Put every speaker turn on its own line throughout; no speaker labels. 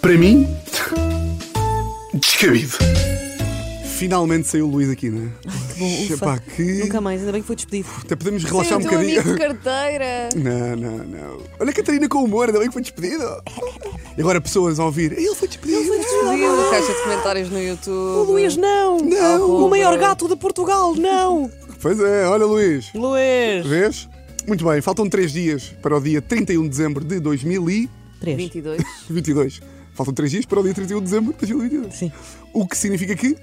Para mim, descabido.
Finalmente saiu o Luís aqui, né?
Que bom, ufa.
Epá, que-
Nunca mais, então, ainda bem que foi despedido.
Até podemos relaxar um
Temos um
bocadinho.
amigo de carteira.
Não, não, não. Olha a Catarina com humor, ainda bem que foi despedido. E agora pessoas a ouvir. Ele foi despedido.
Explodiu. Caixa de comentários no
Ah, O
YouTube.
Luís, não!
Não.
O maior gato de Portugal, não!
Pois é, olha Luís.
Luís!
Vês? Muito bem, faltam três dias para o dia 31 de dezembro de 2022.
3.
22.
Faltam três dias para o dia 31 de dezembro de 2022.
Sim.
O que significa que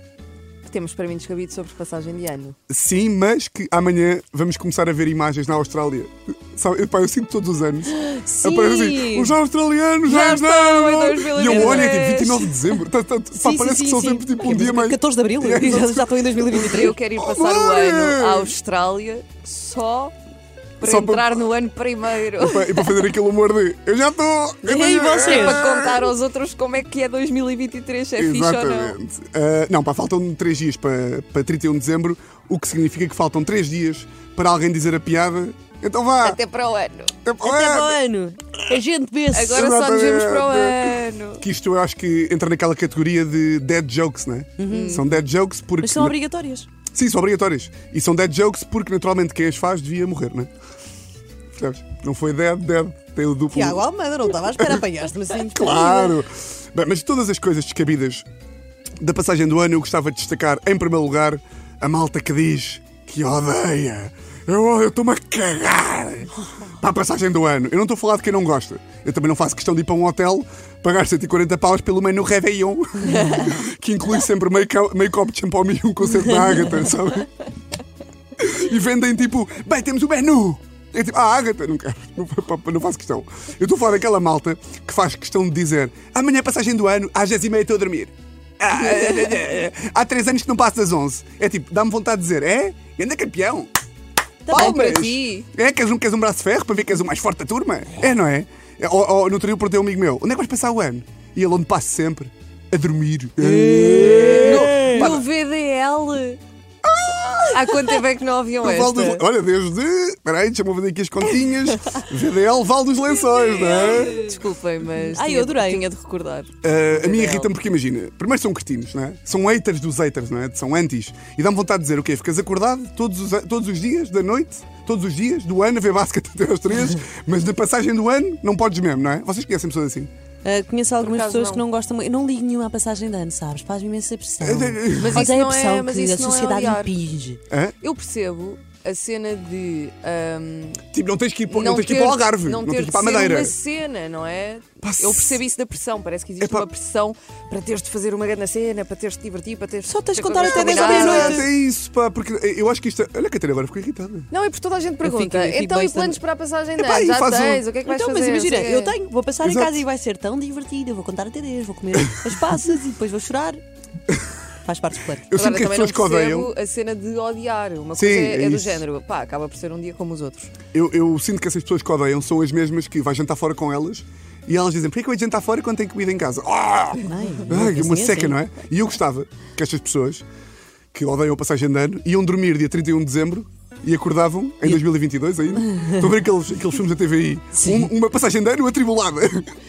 Temos para mim descabido sobre passagem de ano.
Sim, mas que amanhã vamos começar a ver imagens na Austrália. Sabe, eu, pá, eu sinto todos os anos.
Sim.
É
Aparece assim, os australianos já,
Já estão em
estão! E eu olho e tipo,
2023.
29 de dezembro. Tá, tá, pá,
Sim,
parece
sim,
que são
sim,
sempre
sim.
tipo um
é
dia mais.
14 de abril? já, já estou em 2023.
Eu quero ir passar o
Olé!
ano à Austrália só para
Só para-
entrar no ano primeiro.
Pá, E para fazer aquele humor de eu já estou! eu É.
E
já-
vocês?
para contar aos outros como é que é 2023, se é fixe ou não.
Exatamente. Ah, não, pá, faltam 3 dias para, para 31 de dezembro, o que significa que faltam 3 dias para alguém dizer a piada. Então vá! então
Até para o ano.
até para o
Até
ano.
para o ano! A gente vê-se!
Agora só nos vemos para o
Exatamente.
ano.
Que isto eu acho que entra naquela categoria de dead jokes, né? São dead jokes porque.
Mas são obrigatórias.
Sim, são obrigatórias. E são dead jokes porque naturalmente quem as faz devia morrer, né? Percebes? Não foi dead, dead. Tem o duplo.
Tiago Almeida, não estava à espera, apanhaste-me assim.
Claro! Bem, mas de todas as coisas descabidas da passagem do ano, eu gostava de destacar, em primeiro lugar, a malta que diz que odeia. Eu eu estou-me a cagar para a passagem do ano. Eu não estou a falar de quem não gosta. Eu também não faço questão de ir para um hotel pagar 140 paus pelo meio no Réveillon, que inclui sempre meio, ca- meio copo de champomi e um concerto da Ágata, sabe? E vendem tipo, bem, temos o menu. É tipo, ah, Agatha, não quero, não, fa- fa- não faço questão. Eu estou a falar daquela malta que faz questão de dizer amanhã é passagem do ano, às 10 e meia estou a dormir. Ah, é, é, é, é. Há 3 anos que não passo das 11. É tipo, dá-me vontade de dizer, é? E anda campeão.
Também
Tá para
Palmas.
ti.
É, queres um, queres um braço de ferro para ver que és o mais forte da turma? É, não é? É, Ou, ou, no outro dia eu perguntei a um amigo meu, onde é que vais passar o ano? E ele, onde passo sempre? A dormir. Pá,
No VDL. Há quanto tempo é que não haviam
Val dos-
esta?
Olha, desde. Peraí, deixa-me fazer aqui as continhas. VDL, Val dos Lençóis, não é?
Desculpem, mas
Ai,
tinha,
eu adorei.
tinha de recordar.
Ah, a mim
VDL.
irrita-me porque imagina, primeiro são cretinos, não é? São haters dos haters, não é? São antis. E dá-me vontade de dizer, o quê? Ficas acordado todos os, todos os dias da noite, todos os dias do ano, a ver basquete até às três, mas na passagem do ano não podes mesmo, não é? Vocês conhecem pessoas assim?
Ah, conheço algumas
acaso,
pessoas
não.
que não gostam muito. Eu não ligo nenhuma à passagem de ano, sabes? Faz-me imensa pressão.
Mas isso
Odeio a
não é-
pressão
mas
que
isso
a
não é
sociedade
odiar.
impinge.
Hã?
Eu percebo a cena de. ahm,
Tipo, não tens que ir para, não tens que ir para o Algarve, não, tens
ter
que ir para a
de ser
Madeira.
uma cena, não é?
Pá, se-
Eu percebo isso da pressão. Parece que existe
Epá.
uma pressão para teres de fazer uma grande cena, para teres de divertir, para teres
Só tens de
ter
contar
coisas
até dez à
combinadas.
meia-noite.
É isso, pá, porque eu acho que isto. é, Olha, a Catarina agora ficou irritada.
Não, é porque toda a gente
fico- eu
pergunta.
fico
então, e
bastante-
planos para a passagem de
Epá,
ano?
e
Já
faz um-
tens? O que é que vais
Então,
fazer?
mas imagina,
Não sei o
eu
quê.
tenho, vou passar
Exato.
em casa e vai ser tão divertido. Eu vou contar até 10, vou comer as passas e depois vou chorar. Faz parte do plano.
Eu sinto que
Agora,
as
também não
pessoas que odeiam.
percebo a cena de odiar. Uma
Sim,
coisa é,
é
do
isso.
género. Pá, acaba por ser um dia como os outros.
Eu, eu sinto que essas pessoas que odeiam são as mesmas que vais jantar fora com elas e elas dizem: porquê que eu ia jantar fora quando tenho comida em casa? Ah!
não,
Ai,
que
uma
assim é
seca,
assim.
não é? E eu gostava que estas pessoas que odeiam a passagem de ano iam dormir dia 31 de dezembro. E acordavam em 2022 ainda. Estão a ver aqueles, aqueles filmes da TVI? Um- uma passagem de ano atribulada.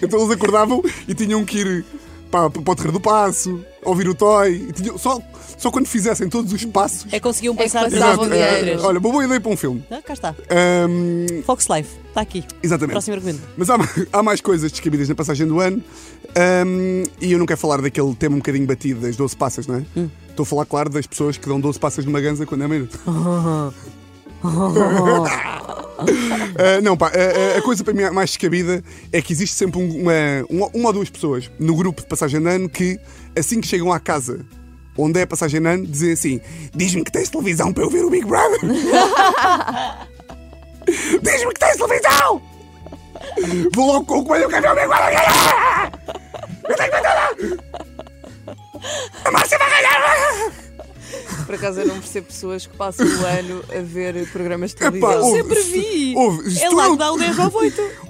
Então eles acordavam e tinham que ir pá, para, o Terreiro do Passo, ouvir o Toy. E tinham- só, só quando fizessem todos os passos. Ah,
É conseguir um
que
passar de
passavam
um
de
dia
ano.
a três.
olha, uma boa ideia para um filme.
Ah, Cá está.
Ahm,
Fox Life, está aqui.
Exatamente.
Próximo argumento.
Mas há, há mais coisas descabidas na passagem do ano hum, e eu não quero falar daquele tema um bocadinho batido das 12 passas, não é? Estou a falar, claro, das pessoas que dão 12 passas numa ganza quando é meio. Ah, não, pá, a, a- a coisa para mim mais descabida é que existe sempre um- uma, um- uma ou duas pessoas no grupo de passagem de ano que, assim que chegam à casa onde é a passagem de ano, dizem assim: Diz-me que tens televisão para eu ver o Big Brother! Diz-me que tens televisão! Vou logo com o coelho que é meu amigo vai ganhar! Eu tenho que matar! A Márcia vai ganhar!
Por acaso, eu não percebo pessoas que passam o ano a ver programas de
Epá,
televisão.
ouve,
Sempre vi.
Ouve, se
É
tu
lá
não-
que dá o 10 ao 8.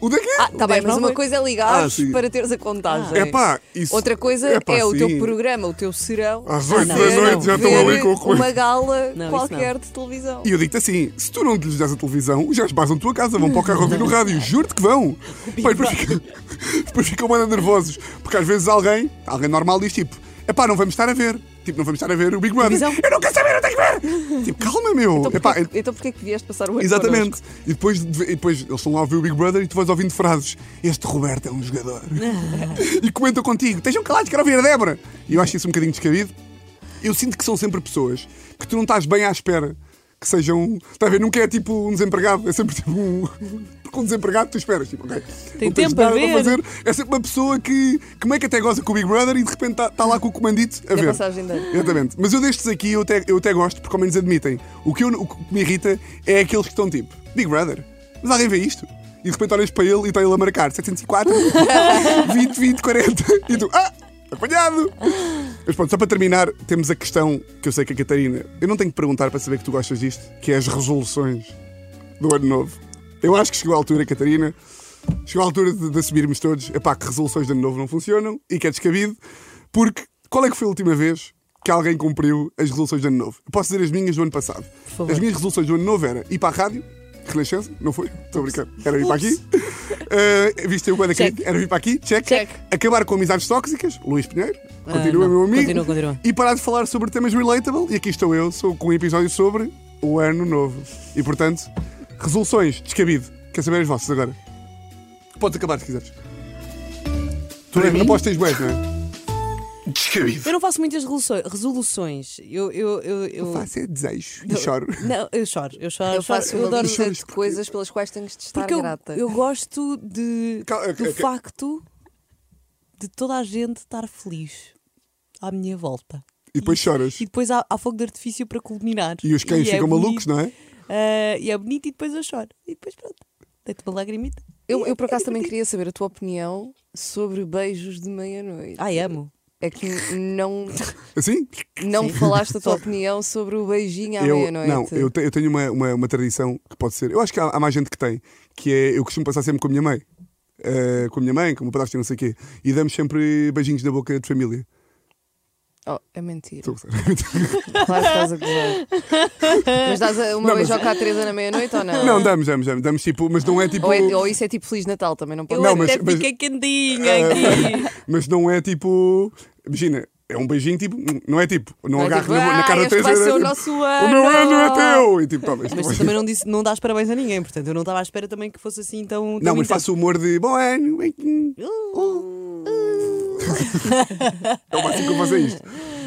O daqui?
Ah, tá bem,
dez
mas
não
uma
foi.
coisa é ligares
Ah, sim.
para teres a contagem.
É pá, isso.
Outra coisa
Epá,
é o
sim.
teu programa, o teu serão.
Às oito
não,
da
isso
noite
não.
já estão ali
ver
com a coisa.
Uma gala
Não, isso
qualquer de televisão.
E eu digo-te assim: se tu não lhes dás a televisão, os gajos basam a tua casa, vão para o carro ouvir no rádio, juro-te que vão. Pai, depois, ficam, depois ficam mais nervosos, porque às vezes alguém, alguém normal, diz tipo: é pá, não vamos estar a ver. Tipo, não vamos estar a ver o Big Brother.
Televisão?
Eu não quero saber, eu tenho que ver! Tipo, calma, meu.
Então,
Epá,
porquê, então porquê que vieste passar o
é
ano
Exatamente.
connosco?
E depois, e depois eles estão lá a ouvir o Big Brother e tu vais ouvindo frases. Este Roberto é um jogador. e comenta contigo. Estejam calados, quero ouvir a Débora. E eu acho isso um bocadinho descabido. Eu sinto que são sempre pessoas que tu não estás bem à espera que sejam. Está a ver? Nunca é tipo um desempregado, é sempre tipo um. Porque um desempregado tu esperas. Tipo, ok.
Tem
não tens
tempo a
nada
ver.
fazer. É sempre uma pessoa que, que meio que até goza com o Big Brother e de repente está está lá com o comandito a
Na
ver.
É passagem de ano.
Exatamente. Mas eu destes aqui eu até, eu até gosto, porque ao menos admitem. O que, eu, o que me irrita é aqueles que estão tipo, Big Brother, mas alguém vê isto? E de repente olhas para ele e está ele a marcar 704, 20, 20, 40. E tu, ah, apanhado! Mas pronto, só para terminar, temos a questão que eu sei que a Catarina. Eu não tenho que perguntar para saber que tu gostas disto, que é as resoluções do ano novo. Eu acho que chegou a altura, Catarina. Chegou a altura de, de assumirmos todos epá, que resoluções de ano novo não funcionam e que é descabido, porque qual é que foi a última vez que alguém cumpriu as resoluções de ano novo? Eu posso dizer as minhas do ano passado.
favor.
As minhas resoluções do ano novo era ir para a rádio, Renascença, não foi? Estou a brincar. Era ir para aqui. Uh, viste eu quando aqui?
Check.
Era vir para aqui, check.
Check.
Acabar com amizades tóxicas, Luís Pinheiro, continua
Ah, não.
meu amigo.
Continua, continua.
E parar de falar sobre temas relatable. E aqui estou eu, sou com um episódio sobre o ano novo. E portanto, resoluções, descabido. Quer saber as vossas agora? Podes acabar se quiseres. Tu
mim?
não podes tens boés, não é? Descabido.
Eu não faço muitas resolu- resoluções. Eu, eu, eu, eu-
Faço é desejo e choro.
Não, eu choro, eu choro,
Eu
choro,
faço
eu
uma
adoro
lista
choras
de coisas pelas quais tens de estar
porque eu,
grata.
eu gosto de,
Cal-
do
ok, ok.
facto de toda a gente estar feliz à minha volta.
E depois choras.
E depois há, há fogo de artifício para culminar.
E os cães
é
ficam
bonito,
malucos, não é?
ah, e é bonito e depois eu choro. E depois pronto, deito uma lagrimita.
Eu, eu, por
É
acaso também
divertido.
queria saber a tua opinião sobre beijos de meia-noite.
Ai, amo.
É que não,
Assim?
não falaste a tua opinião sobre o beijinho à
Eu,
é
meia-noite.
não, eu, te- eu tenho uma, uma, uma tradição que pode ser. Eu acho que há, há mais gente que tem, que é eu costumo passar sempre com a minha mãe. Eh, com a minha mãe, com o meu padrasto e não sei o quê. E damos sempre beijinhos na boca de família.
Oh, é mentira.
Estou a gozar.
Claro que estás a gozar. mas dás a- uma
Não, mas-
beijoca à Teresa na meia-noite ou não?
Não, damos, damos, damos, damos tipo, mas não é tipo.
Ou, é- ou isso é tipo Feliz Natal também, não
Eu
pode
Não, mas-
até
mas-
fiquei
eh,
candinha aqui.
mas não é tipo. Imagina, é um beijinho tipo. Não é tipo. Não,
Não é
agarro
tipo,
na, na
"Ah,
cara
este
da
vai
Teresa,
ser o
tipo,
nosso
O meu ano
ano!"
é teu! E tipo, tá, mas,
Mas tu também não, disse, não dás parabéns a ninguém, portanto, eu não estava à espera também que fosse assim
é
tão.
não,
tão
mas
intenso. Uh,
faço o humor de bom ano. É o máximo que eu faço é isto.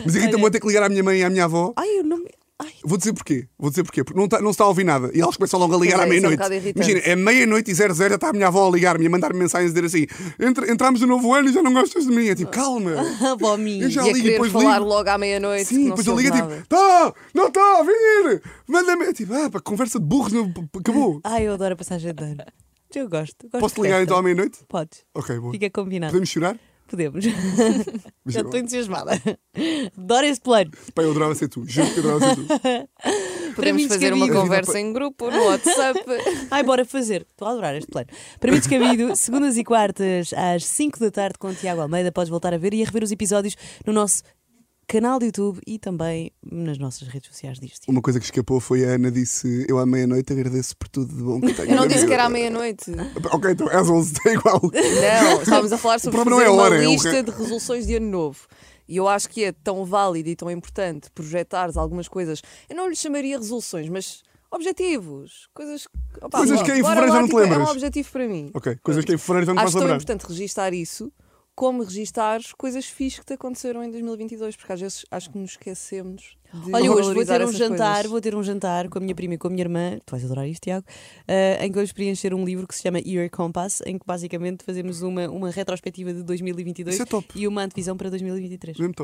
Mas irrita-me até que ligar à minha mãe e à minha avó.
Ai, eu não. me- Ai,
Vou dizer porquê. Vou dizer porquê. Porque não, tá- não se está a ouvir nada. E elas começam logo a ligar
Pois
à
é, isso é um
meia-noite.
bocado irritante.
Imagina, é meia-noite e zero zero já está a minha avó a ligar-me e a mandar-me mensagem a dizer assim: "Entra- entramos no novo ano e já não gostas de mim. É
Ah.
tipo, calma.
avó minha.
Eu já
E a
ligo e
É querer
depois
falar
ligo.
logo à meia-noite. que
Sim,
não
depois eu
soube
ligo e
nada.
tipo, tá, não está a vir. Manda-me. É Tipo, ah, pá, conversa de burros, não, p- p- acabou.
Ai, eu adoro a passagem de ano. Eu gosto. gosto
Posso
de
ligar
festa.
então à meia-noite?
Podes.
Ok, boa.
Fica combinado.
Podemos chorar?
Podemos.
Mas
Já
eu-
estou entusiasmada. Adoro este plano.
Pá, eu adorava ser tu. Juro que eu adorava ser tu.
Para mim, é
Podemos fazer uma
descabido.
conversa em grupo, no WhatsApp.
Ai, bora fazer. Estou a adorar este plano. Para mim, descabido, segundas e quartas, às 5 da tarde, com o Tiago Almeida. Podes voltar a ver e a rever os episódios no nosso canal do YouTube e também nas nossas redes sociais disto.
Uma coisa que escapou foi a Ana disse: Eu à meia-noite agradeço por tudo de bom que tenho.
Eu não disse que era à
meia-noite.
meia-noite.
Ok, então às 11 é igual.
Não, estávamos a falar sobre
O problema
fazer
não é a hora, é
uma
o
lista
re-
de resoluções de ano novo. E eu acho que é tão válido e tão importante projetares algumas coisas. Eu não lhe chamaria resoluções, mas objetivos. Coisas, que- opá,
Coisas que em
bora
fevereiro já
lá,
não te
tipo, É
lembras.
um objetivo para mim.
Ok, coisas que é em fevereiro já não
Acho
posso
tão
lembrar.
importante registar isso como registar coisas fixas que te aconteceram em 2022, porque às vezes acho que nos esquecemos de
Olha, hoje vou
valorizar
ter um
essas
jantar,
coisas.
vou ter um jantar com a minha prima e com a minha irmã, tu vais adorar isto, Tiago, eh, em que vamos preencher um livro que se chama Year Compass, em que basicamente fazemos uma, uma retrospectiva de 2022
Isso é top.
e uma antevisão para 2023.
Mesmo top.